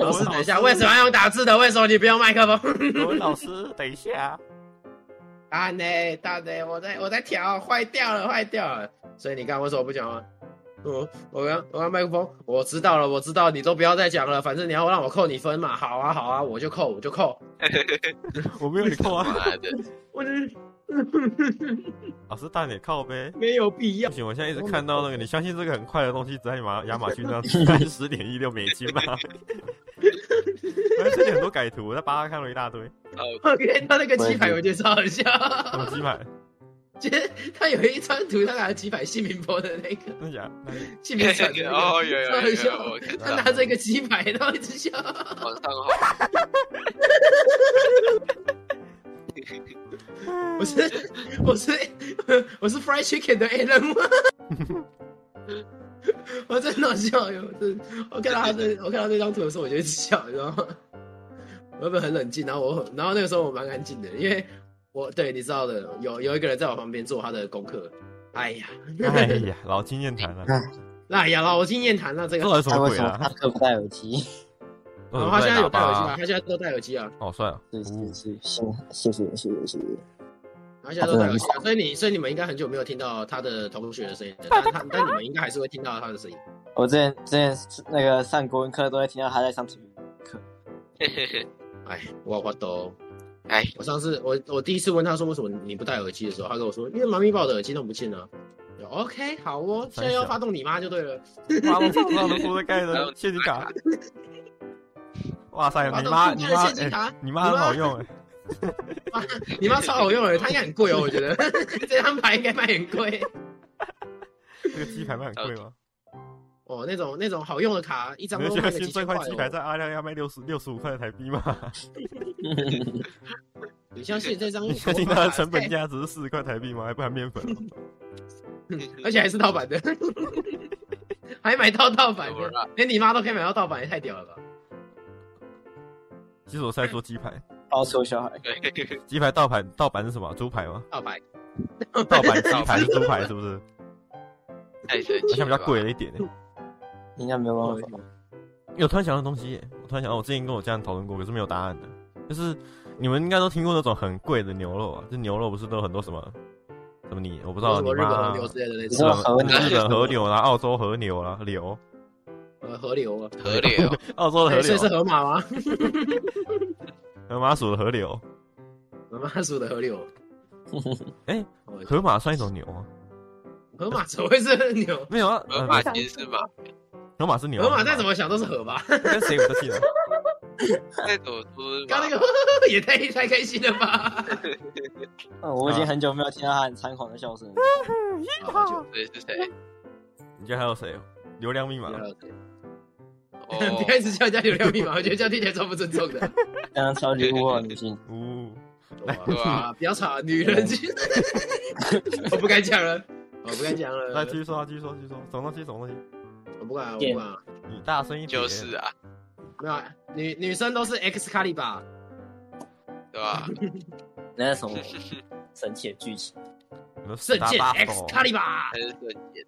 Speaker 2: 老师等一下，为什么要用打字的？为什么你不用麦克 风？
Speaker 1: 各位老师，等一下，啊
Speaker 2: 大内大内，我在我在调，坏掉了，坏掉了。所以你刚刚为什么不讲话？我我刚我刚麦克风，我知道了，我知道，你都不要再讲了，反正你要让我扣你分嘛。好啊，好啊，我就扣，我就扣。
Speaker 1: 我没有你扣啊，
Speaker 4: 妈的，
Speaker 2: 我就
Speaker 1: 老师大点靠呗。
Speaker 2: 没有必要
Speaker 1: 不。行，我现在一直看到那个，你相信这个很快的东西，只在马亚马逊 上三十点一六美金吗？而且很多改图，我在巴哈看了一大堆，
Speaker 2: 我看到那个鸡排，我觉得超好笑。
Speaker 1: 手机买，
Speaker 2: 觉得他有一张图，他拿鸡排姓名博的那个
Speaker 1: 真的假的？
Speaker 2: 姓名传的、那个，
Speaker 4: 哦，有有有有
Speaker 2: 超
Speaker 4: 有，
Speaker 2: 好
Speaker 4: 我
Speaker 2: 笑。
Speaker 4: 看
Speaker 2: 他拿着一个鸡排，然后一直笑。
Speaker 4: 网上好，
Speaker 2: 我是我是 我是 fried chicken 的 Alan 吗？ 我真的好笑哟！真的，我看到他这，我看到这张图的时候，我就一直笑，你知道吗？我原本很冷静，然后我，然后那个时候我蛮安静的，因为我对你知道的，有有一个人在我旁边做他的功课。哎呀，
Speaker 1: 哎呀，老经验谈了，
Speaker 2: 哎呀，老经验谈了这个
Speaker 1: 这。有什
Speaker 3: 他
Speaker 1: 么
Speaker 3: 为
Speaker 1: 鬼
Speaker 3: 什么
Speaker 1: 啊
Speaker 3: 他？可不戴耳机？
Speaker 2: 然后他现在有戴耳机
Speaker 1: 吧
Speaker 2: 啊，？他现在都戴耳机啊，
Speaker 1: 好帅啊！
Speaker 3: 是是是，谢谢谢谢谢谢。
Speaker 2: 他现在都戴耳机啊，所以你所以你们应该很久没有听到他的同学的声音了，但他但你们应该还是会听到他的声音。
Speaker 3: 我之前之前那个上国文课都会听到他在上体育课，
Speaker 2: 哎，我我懂。
Speaker 4: 哎，
Speaker 2: 我上次我我第一次问他说为什么你不戴耳机的时候，他跟我说因为妈咪把我的耳机弄不见了。我就 OK，好哦，现在要发动你妈就对了。
Speaker 1: 妈的，手上都铺着盖的现金 卡。哇塞，
Speaker 2: 发
Speaker 1: 哎你
Speaker 2: 动
Speaker 1: 妈
Speaker 2: 你
Speaker 1: 你
Speaker 2: 妈
Speaker 1: 妈
Speaker 2: 的现金
Speaker 1: 哎，
Speaker 2: 卡，
Speaker 1: 你妈很好用哎，
Speaker 2: 你妈超好用的，它应该很贵哦，我觉得 这张牌应该卖很贵。
Speaker 1: 这个鸡排卖很贵吗？
Speaker 2: 哦，那种那种好用的卡，一张
Speaker 1: 你
Speaker 2: 都
Speaker 1: 觉
Speaker 2: 卖
Speaker 1: 得
Speaker 2: 个几
Speaker 1: 新这
Speaker 2: 千
Speaker 1: 块
Speaker 2: 块
Speaker 1: 鸡排
Speaker 2: 哦。
Speaker 1: 在阿亮要卖六十六十五块的台币 吗？
Speaker 2: 你相信这张
Speaker 1: 你相信它的成本价值是四十块台币吗？还不含面粉哦？
Speaker 2: 哎而且还是盗版的， 还买到盗版
Speaker 4: 怎么
Speaker 2: 的
Speaker 4: 了，
Speaker 2: 连你妈都可以买到盗版，也太屌了吧！
Speaker 1: 其实我是在做鸡排，
Speaker 3: 包抽小孩，
Speaker 4: 对，
Speaker 1: 鸡排盗版盗版是什么？啊猪排吗？
Speaker 2: 盗版，
Speaker 1: 盗版鸡排是猪排 是不是？
Speaker 4: 太神
Speaker 1: 好
Speaker 4: 奇
Speaker 1: 像比
Speaker 4: 了吧，
Speaker 1: 较贵了一点欸
Speaker 3: 应该没有办法。
Speaker 1: 有突然想到东西耶，我突然想到，我之前跟我家人讨论过，可是没有答案的，就是你们应该都听过那种很贵的牛肉啊，就牛肉不是都有很多什么什么你我不知道
Speaker 2: 什
Speaker 1: 你
Speaker 2: 么日本
Speaker 1: 妈
Speaker 2: 和牛之类的那
Speaker 3: 你
Speaker 2: 种
Speaker 3: 说，和牛
Speaker 1: 日本和牛啦，澳洲和牛啦，牛，
Speaker 2: 呃，河流啊，
Speaker 4: 河流，
Speaker 1: 澳洲的
Speaker 2: 对
Speaker 1: 和
Speaker 2: 所以是
Speaker 1: 牛，
Speaker 2: 河马吗？
Speaker 1: 河马属的河牛，
Speaker 2: 河马属的河流。
Speaker 1: 哎
Speaker 2: 哦，
Speaker 1: 河马算一种牛吗？
Speaker 2: 河马怎么会是牛？
Speaker 1: 没有啊，
Speaker 4: 河
Speaker 1: 呃
Speaker 4: 马其实是马，
Speaker 1: 河马是牛啊，啊
Speaker 2: 河马再怎么想都是河吧。
Speaker 1: 跟谁我都记得，
Speaker 4: 那种都是
Speaker 2: 刚
Speaker 4: 马
Speaker 2: 那。个 也太太开心了 吧？
Speaker 3: 嗯，我已
Speaker 1: 啊
Speaker 3: 经很久没有听到他很猖狂的笑声了。
Speaker 2: 好久
Speaker 4: 对，是 谁？
Speaker 1: 你觉得还有谁？流量密码
Speaker 2: 不，要了
Speaker 4: 哦
Speaker 2: 不，要一直叫人家流量密码，我觉得这样听起来超不 尊重的。
Speaker 3: 刚刚超级物化女性，
Speaker 1: 呜，
Speaker 4: 对啊
Speaker 2: 哇，不要吵，女人。 我不敢讲了，我不敢讲
Speaker 1: 嗯来
Speaker 2: 了
Speaker 1: 继，续说啊，继续说，继续说，什么东西？什么东西？
Speaker 2: 我不敢，我不敢。
Speaker 1: 你大声一点，
Speaker 4: 就是啊，
Speaker 2: 没有，女女生都是 X 卡利吧？
Speaker 4: 对吧？
Speaker 3: 那是什么神奇的剧情？
Speaker 1: 你说
Speaker 2: 圣剑
Speaker 1: Star
Speaker 2: X
Speaker 1: Battle
Speaker 2: 卡利巴
Speaker 4: 还，是瞬间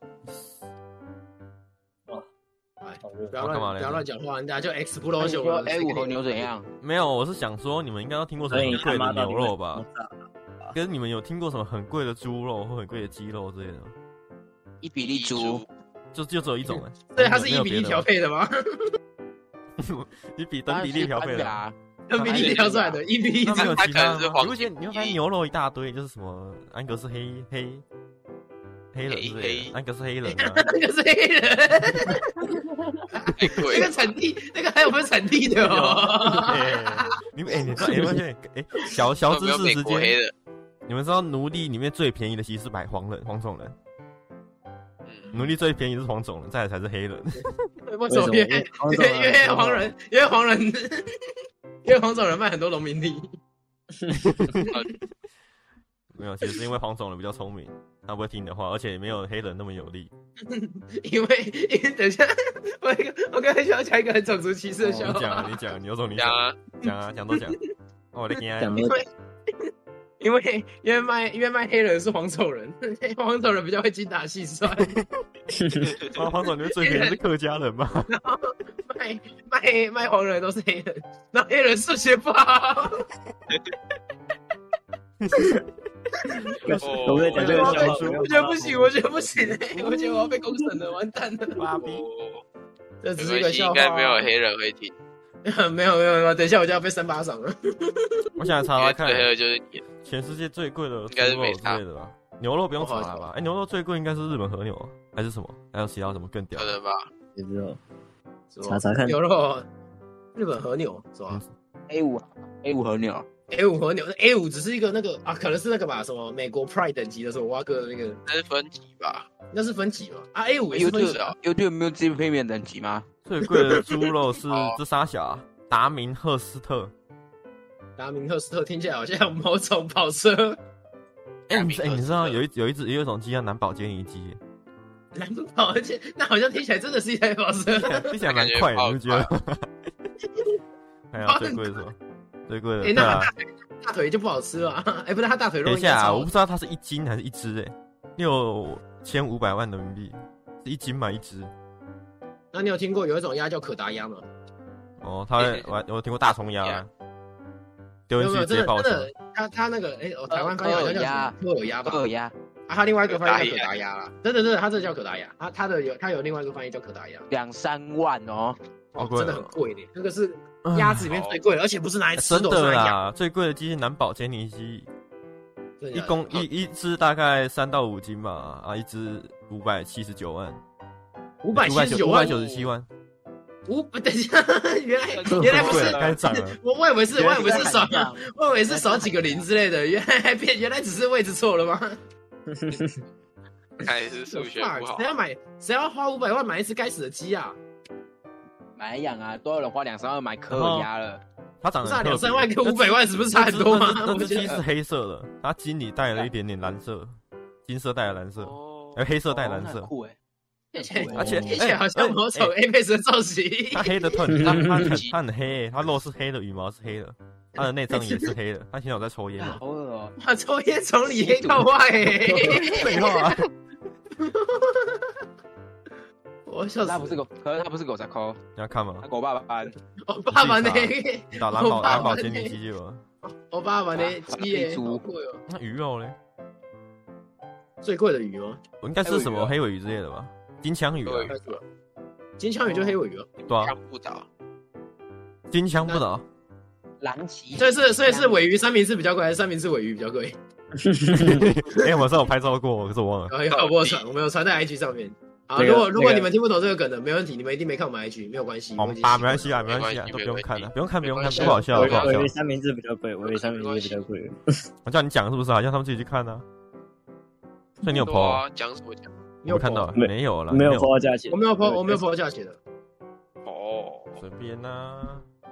Speaker 2: 哎，
Speaker 3: 好热
Speaker 2: 不要
Speaker 1: 啊干嘛
Speaker 2: 乱
Speaker 1: 嘞
Speaker 2: 不要乱讲话，人家就 X 不
Speaker 5: 那
Speaker 2: 露
Speaker 5: 你
Speaker 2: 秀
Speaker 5: 说
Speaker 2: 了。
Speaker 5: 哎，五红牛怎样？
Speaker 1: 没有，我是想说你们应该都听过什么
Speaker 3: 所以
Speaker 1: 很
Speaker 3: 他
Speaker 1: 贵
Speaker 3: 妈
Speaker 1: 的
Speaker 3: 到底
Speaker 1: 牛
Speaker 3: 为
Speaker 1: 肉
Speaker 3: 什
Speaker 1: 吧
Speaker 3: 么？
Speaker 1: 跟你们有听过什么很贵的猪肉或很贵的鸡肉之类的吗？
Speaker 5: 一比例猪，
Speaker 1: 就就只有一 种哎、
Speaker 2: 对，它是
Speaker 1: 没
Speaker 2: 一
Speaker 1: 有
Speaker 2: 比
Speaker 1: 别
Speaker 2: 一
Speaker 1: 的
Speaker 2: 调
Speaker 1: 吗，
Speaker 2: 配的吗？
Speaker 1: 你比等比例调配的啊。
Speaker 5: 啊，
Speaker 2: 跟比例调出来的，一比一
Speaker 3: 啊
Speaker 1: 那没有
Speaker 2: 这
Speaker 4: 它
Speaker 1: 其
Speaker 4: 可能
Speaker 1: 他
Speaker 4: 是
Speaker 1: 吗
Speaker 4: 黄
Speaker 1: 你会觉得你会发现
Speaker 4: 金
Speaker 1: 牛肉一大堆，就是什么安格斯黑黑黑人之类
Speaker 4: 黑
Speaker 1: 的，安格斯黑人 啊，
Speaker 2: 那个是黑人，
Speaker 4: 太贵
Speaker 2: 那
Speaker 4: 了
Speaker 2: 个。产地，那个还有分产地的 哦。
Speaker 1: 哎你们哎，你知道哎，发现哎，小小
Speaker 4: 都
Speaker 1: 知
Speaker 4: 没有
Speaker 1: 识
Speaker 4: 美
Speaker 1: 之
Speaker 4: 国黑
Speaker 1: 间，
Speaker 4: 的，
Speaker 1: 你们知道奴隶里面最便宜的其实是买黄人黄种人，
Speaker 4: 嗯，
Speaker 1: 奴隶最便宜是黄种人，再来才是黑人。
Speaker 2: 为
Speaker 3: 为
Speaker 2: 什
Speaker 3: 什
Speaker 2: 么
Speaker 3: 么
Speaker 2: 越
Speaker 3: 黄种啊人
Speaker 2: 越越黄人越黄人越黄种人卖很多农民地？
Speaker 1: 没有，其实是因为黄种人比较聪明，他不会听你的话，而且没有黑人那么有力。
Speaker 2: 因为因为等一下，我一个我刚才想要讲一个很种族歧视的
Speaker 1: 你
Speaker 2: 笑
Speaker 1: 讲
Speaker 2: 话
Speaker 1: 啊，，你讲，你有种你
Speaker 4: 讲
Speaker 1: 讲
Speaker 4: 啊，
Speaker 1: 讲啊，讲都讲。哦，我的天啊！
Speaker 3: 讲没有
Speaker 2: 因为因为卖因为卖黑人是黄种人，黄种人比较会精打细算，
Speaker 1: 啊，黄总，你们最便宜是客家人 吧？
Speaker 2: 卖卖卖黄人都是黑人，然后黑人数学不好，
Speaker 3: 我们在讲这个笑话，
Speaker 4: 哦
Speaker 2: 我觉得不行，我觉得不行、欸，我觉得我要被公审了，完蛋了。
Speaker 1: 妈逼！
Speaker 4: 哦，
Speaker 2: 这
Speaker 4: 没
Speaker 2: 只是一
Speaker 4: 关
Speaker 2: 个
Speaker 4: 系，
Speaker 2: 笑
Speaker 4: 应
Speaker 2: 话，啊
Speaker 4: 该没有黑人会听，
Speaker 2: 没有没有没有，等一下我就要被扇巴掌了。
Speaker 1: 我想查
Speaker 4: 应
Speaker 1: 查啊
Speaker 4: 该
Speaker 1: 看啊
Speaker 4: 最，黑的就是你，
Speaker 1: 全世界最贵的
Speaker 4: 应该是
Speaker 1: 猪肉
Speaker 4: 没
Speaker 1: 之
Speaker 4: 差
Speaker 1: 类的吧？牛肉不用查了吧？哎，牛肉最贵应该是日本和牛啊，还是什么？还有其他什么更屌
Speaker 4: 可
Speaker 1: 的？
Speaker 4: 能吧？
Speaker 3: 也不知道查查看。
Speaker 2: 牛肉，日本和牛是吧
Speaker 5: ，A 五 A 五和哎牛，
Speaker 2: ？A 五和牛，A 五只是一个那个啊，可能是那个吧，什么美国 Pride 等级的什么挖哥的那个，
Speaker 4: 那是分级吧？
Speaker 2: 那是分级嘛？啊，A 五也是分级
Speaker 5: YouTube
Speaker 2: 啊。
Speaker 5: YouTube Music Premium 等级吗？
Speaker 1: 最贵的猪肉 是
Speaker 4: 哦
Speaker 1: 这仨小啊，达明赫斯特。
Speaker 2: 达明赫斯特听起来好像某种跑车，
Speaker 1: 哎，你
Speaker 4: 达明赫斯特
Speaker 1: 哎，你知道有一有一只有一种鸡叫南宝坚尼 鸡，
Speaker 2: 难不跑，而且那好像听起来真的是一台跑车。
Speaker 1: 听起来蛮快的，你不觉得吗？ 还有最贵的是什么？最贵的
Speaker 2: 哎，
Speaker 1: 对
Speaker 2: 那
Speaker 1: 啊
Speaker 2: 他，大腿大腿就不好吃了啊。哎，不是，他大腿肉
Speaker 1: 等一
Speaker 2: 应该
Speaker 1: 下啊，
Speaker 2: 超
Speaker 1: 我不知道它是一斤还是一只哎，六千五百万人民币，是一斤买一只。
Speaker 2: 那你有听过有一种鸭叫可达鸭吗？
Speaker 1: 哦，他
Speaker 2: 哎
Speaker 1: 会，我还我听过大葱鸭，丢
Speaker 2: 没
Speaker 1: 进
Speaker 2: 有哎没有，
Speaker 1: 去直
Speaker 2: 真
Speaker 1: 接
Speaker 2: 的
Speaker 1: 爆
Speaker 2: 真
Speaker 1: 炒。
Speaker 2: 的，他他那个哎，哦，台湾翻译好像叫什么有鸭吧？
Speaker 5: 二鸭
Speaker 2: 啊，他另外一个翻译叫可达鸭啦，真的真的，他这叫可达鸭，他他的有他有另外一个翻译叫可达鸭，
Speaker 5: 两三万哦，
Speaker 1: 好贵
Speaker 2: 哦，
Speaker 1: 哦嗯
Speaker 2: 真的很贵呢，那个是鸭子里面最贵的，而且不是拿来吃
Speaker 1: 哎真
Speaker 2: 的，是
Speaker 1: 的
Speaker 2: 拿来养
Speaker 1: 啦，最贵的鸡是南宝坚尼鸡，
Speaker 2: 真的
Speaker 1: 一
Speaker 2: 假的
Speaker 1: 公一一只大概三到五斤吧，啊，一只五百七十九万，
Speaker 2: 五
Speaker 1: 五
Speaker 2: 百七十九
Speaker 1: 五百
Speaker 2: 万
Speaker 1: 九十七万，
Speaker 2: 五， 等一下，原来
Speaker 4: 这
Speaker 2: 原来不
Speaker 1: 贵
Speaker 2: 是
Speaker 1: 了，。开始涨了。
Speaker 2: 我我以为是，我以为 是少，
Speaker 3: 样，
Speaker 2: 我以为是少几个零之类的，原来变，原来只是位置错了吗？
Speaker 4: 看来是数学
Speaker 1: 啊
Speaker 4: 不好
Speaker 2: 谁，要买，谁要花五百万买一只该死的鸡啊？
Speaker 5: 买来养啊，都有人花两三万买科
Speaker 1: 然后
Speaker 5: 尔鸭了，
Speaker 1: 它长
Speaker 2: 不
Speaker 1: 得
Speaker 2: 是啊，
Speaker 1: 很特别
Speaker 2: 两三万跟五百万是不是差很多吗？
Speaker 1: 那
Speaker 2: 我
Speaker 1: 只那只那
Speaker 2: 们
Speaker 1: 只
Speaker 2: 觉
Speaker 1: 鸡
Speaker 2: 得
Speaker 1: 是黑色的，它筋里带了一点点蓝色，金色带了蓝色，
Speaker 4: 哦
Speaker 1: 呃，黑色带蓝
Speaker 5: 哦那
Speaker 1: 色
Speaker 5: 很，酷哎，
Speaker 2: 听起来
Speaker 3: 欸
Speaker 1: 而且
Speaker 2: 听起来好像某种
Speaker 1: 哎
Speaker 2: Apex 的造型。
Speaker 1: 它黑的特很，它它很
Speaker 4: 嗯
Speaker 1: 它很黑，它肉是黑的，羽毛是黑的，它的内脏也是黑的，它现在有在抽烟嘛
Speaker 5: 好？恶哦，
Speaker 2: 把抽烟从里黑到外、
Speaker 1: 废话啊。
Speaker 2: 我笑死
Speaker 5: 他
Speaker 2: 了。
Speaker 5: 不是狗，可是他不是狗仔抠，
Speaker 1: 你要看吗
Speaker 5: 他？狗爸爸，
Speaker 2: 我爸爸那个，
Speaker 1: 你打蓝宝
Speaker 2: 我爸
Speaker 1: 蓝
Speaker 2: 爸
Speaker 1: 宝
Speaker 2: 那
Speaker 1: 坚尼鸡就有了。
Speaker 2: 我爸爸那鸡耶，好贵哦！
Speaker 1: 那鱼肉嘞？
Speaker 2: 最贵的鱼吗？
Speaker 1: 我应该是什么黑尾鱼之啊类的吧？金枪鱼、
Speaker 4: 黑尾
Speaker 1: 啊，
Speaker 4: 鱼
Speaker 2: 金枪鱼就黑尾鱼哦，
Speaker 1: 对啊，
Speaker 4: 看不到，
Speaker 1: 金枪不倒，
Speaker 5: 狼骑，
Speaker 2: 所以是所以是尾鱼三明治比较贵，还是三明治尾鱼比较贵？
Speaker 1: 哎，晚上我拍照过，可是我忘了。
Speaker 2: 有有，我有传，我没有传在 IG 上面。
Speaker 3: 这
Speaker 2: 好，
Speaker 3: 个
Speaker 2: 如果如果
Speaker 3: 这个
Speaker 2: 你们听不懂这个梗的，没问题，你们一定没看我们 IG，没有关系。
Speaker 1: 好
Speaker 2: 我已经
Speaker 1: 吧，
Speaker 2: 习
Speaker 1: 没
Speaker 2: 惯
Speaker 1: 关系啊，没关系啊，
Speaker 4: 呃没关系
Speaker 1: 都不用看
Speaker 4: 没关
Speaker 1: 了，
Speaker 4: 系
Speaker 1: 不用看，不用看，
Speaker 4: 没关系
Speaker 1: 不好笑，
Speaker 3: 我
Speaker 1: 不好
Speaker 3: 我以
Speaker 1: 笑
Speaker 3: 为。三明治比较贵，我以为三明治比较贵。
Speaker 1: 我叫你讲是不是？啊好像他们自己去看呢。所以你有
Speaker 4: 对
Speaker 1: PO 啊？
Speaker 4: 啊，讲什么讲？
Speaker 2: 没有
Speaker 1: 我看到？
Speaker 4: 啊
Speaker 3: 没
Speaker 1: 没有了，
Speaker 3: 没有
Speaker 1: 有
Speaker 3: 花价钱，
Speaker 2: 我没有 po，我没有 po 价钱的。
Speaker 4: 哦，
Speaker 1: 随便呐。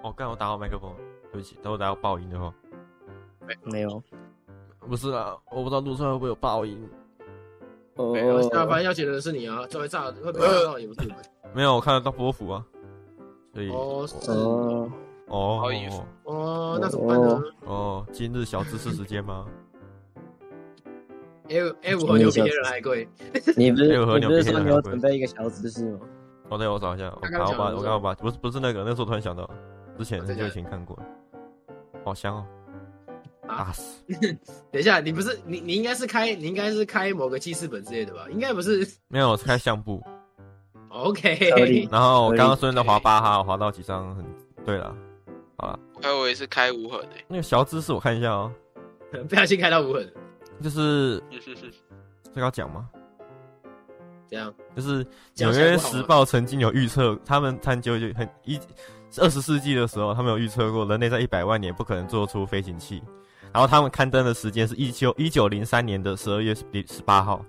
Speaker 1: 哦，刚我打好麦克风，对不起，等我打到爆音的话。
Speaker 3: 没有。
Speaker 1: 不是啦，我不知道录出来会不会有爆音。
Speaker 3: 哦，
Speaker 2: 那反正要钱的是你啊，作为炸会被炸到也不是你们。
Speaker 1: 没有，我看得到波幅啊。所以
Speaker 2: 哦，是
Speaker 3: 哦，
Speaker 1: 哦
Speaker 4: 好衣服，
Speaker 2: 哦，啊，那怎么办呢？
Speaker 1: 哦，今日小知识时间吗？
Speaker 2: L L 哎和牛比黑人还贵，
Speaker 3: 你不是
Speaker 1: 六合
Speaker 3: 你
Speaker 1: 牛
Speaker 3: 不是
Speaker 1: 皮
Speaker 3: 说
Speaker 1: 的
Speaker 3: 你有
Speaker 1: 很贵
Speaker 3: 准备一个小知识吗？
Speaker 1: 哦，对，我找一下，我
Speaker 2: 刚
Speaker 1: 刚
Speaker 2: 刚
Speaker 1: 好把
Speaker 2: 讲的
Speaker 1: 我
Speaker 2: 是
Speaker 1: 刚好把不是不是那个，那是我突然想到，之前
Speaker 2: 哦
Speaker 1: 很
Speaker 2: 真
Speaker 1: 久
Speaker 2: 的
Speaker 1: 以前看过，好香哦，
Speaker 2: 啊
Speaker 1: 打死，
Speaker 2: 等一下，你不是你你应该是开你应该是开某个记事本之类的吧？应该不是。
Speaker 1: 没有，我是开相簿，
Speaker 3: 合
Speaker 2: OK，
Speaker 3: 理
Speaker 1: 然后我
Speaker 3: 可以
Speaker 1: 刚刚顺着滑巴哈，我滑到几张很，对了，好了，
Speaker 4: 还哎有我也是开无痕诶、
Speaker 1: 那个小知识我看一下哦，
Speaker 2: 不小心开到无痕，
Speaker 1: 就是
Speaker 4: 欸，
Speaker 1: 这个要讲吗？
Speaker 2: 这样
Speaker 1: 就是《纽
Speaker 2: 讲起来
Speaker 1: 约
Speaker 2: 不好
Speaker 1: 时
Speaker 2: 吗
Speaker 1: 报》曾经有预测，他们探究就很一二十世纪的时候，他们有预测过人类在一百万年不可能做出飞行器。然后他们刊登的时间是一九一九零三年的十二月十八号，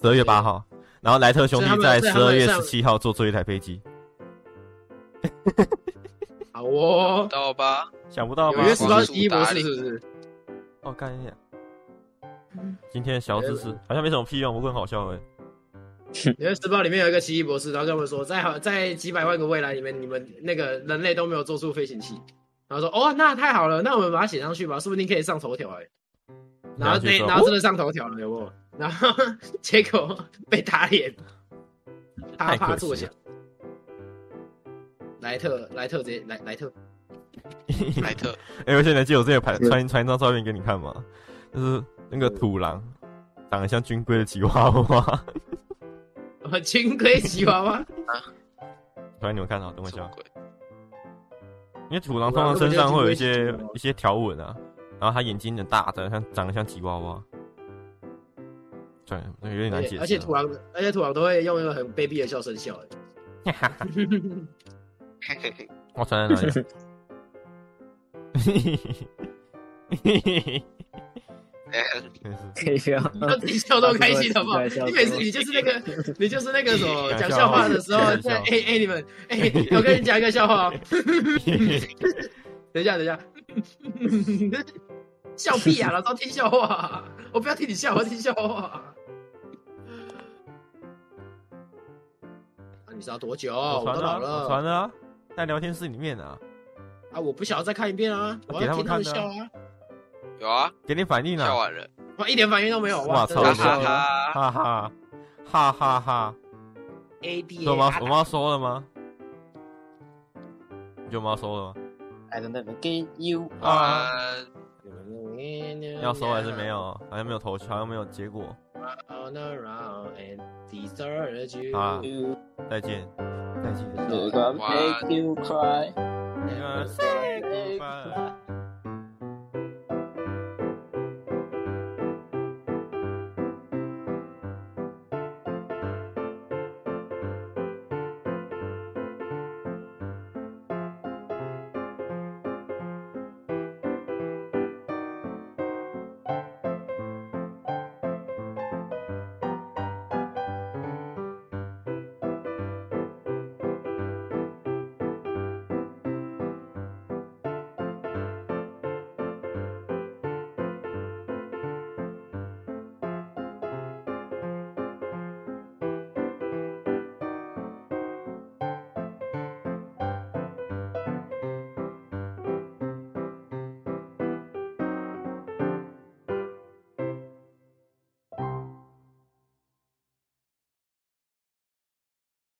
Speaker 1: 十二月八号。然后莱特兄
Speaker 2: 所以他
Speaker 1: 弟在
Speaker 2: 们所
Speaker 1: 十
Speaker 2: 以他们
Speaker 1: 二月
Speaker 2: 上
Speaker 1: 十七号做出一台飞机，
Speaker 2: 好 哦。
Speaker 4: 到吧？
Speaker 1: 想不到吧
Speaker 2: 纽？约时报
Speaker 4: 光
Speaker 2: 第
Speaker 4: 速
Speaker 2: 一博
Speaker 4: 达
Speaker 2: 士
Speaker 4: 理
Speaker 2: 是不是？
Speaker 1: 哦，看一下。
Speaker 2: 嗯
Speaker 1: 今天的小知识好像没什么屁用，不过很好笑哎。
Speaker 2: 纽约时报里面有一个奇异博士，然后跟我们说，在好在几百万个未来里面，你们那个人类都没有做出飞行器。然后说哦，那太好了，那我们把它写上去吧，说不定可以上头条哎、然后
Speaker 1: 去
Speaker 2: 那
Speaker 1: 说
Speaker 2: 然后真的上头条了，有哦没有？然后结果被打脸，
Speaker 1: 太
Speaker 2: 啪
Speaker 1: 可
Speaker 2: 啪
Speaker 1: 惜
Speaker 2: 作
Speaker 1: 了
Speaker 2: 响。莱特，莱特直接莱莱特，
Speaker 4: 莱特，
Speaker 1: 哎、我现在记得我之前拍传传一张照片给你看嘛，就是那个土狼，长得像军规的吉娃 娃。
Speaker 2: 我金 龟吉娃娃，
Speaker 1: 突然你们看 到，等我一
Speaker 4: 什么
Speaker 1: 下，
Speaker 4: 鬼？
Speaker 1: 因为土狼通常身上会有一些
Speaker 2: 啊土狼根本就是金龟吉娃娃
Speaker 1: 一些条纹啊，然后它眼睛很大，长得像长得像吉娃娃。对，那个有点难解释。
Speaker 2: 而且土，狼，而且土狼都会用一个很卑鄙的笑声笑、哎
Speaker 1: 我传在哪里？啊 嘿嘿嘿嘿真是
Speaker 3: 可以啊不要。
Speaker 2: 你就自己笑嗯都开心好 不好？你每次你就是那个， 你就是那个什么讲笑话的时候，在哎哎你们哎、我跟你讲一个笑话、哦，等一下等一下，笑屁啊！老赵听笑话、我不要听你笑，我要听笑话、那你是要多久？
Speaker 1: 我
Speaker 2: 哦我
Speaker 1: 传
Speaker 2: 都
Speaker 1: 了啊，
Speaker 2: 老
Speaker 1: 我
Speaker 2: 了
Speaker 1: 传了啊，在聊天室里面啊，
Speaker 2: 啊！我不想要再看一遍啊！我要听他们笑啊！
Speaker 4: 有啊，
Speaker 1: 给你反应
Speaker 4: 笑
Speaker 1: 啊，
Speaker 4: 完了，
Speaker 2: 哇，一点反应都没有！哇，
Speaker 4: 哈
Speaker 1: 好
Speaker 4: 哈
Speaker 1: 笑
Speaker 4: 哈。
Speaker 1: 哈哈，哈哈哈。
Speaker 2: ！A D
Speaker 1: 有吗？我妈收了吗？你舅妈收了吗？
Speaker 3: I don't know, get you
Speaker 1: 啊，
Speaker 4: 啊，
Speaker 1: 要收还是没有？好像没有投，好像没有结果。
Speaker 2: Turn around and desert you.
Speaker 1: 啊
Speaker 3: you,
Speaker 1: 再见，再见。哎
Speaker 3: gonna make you cry.
Speaker 1: 拜拜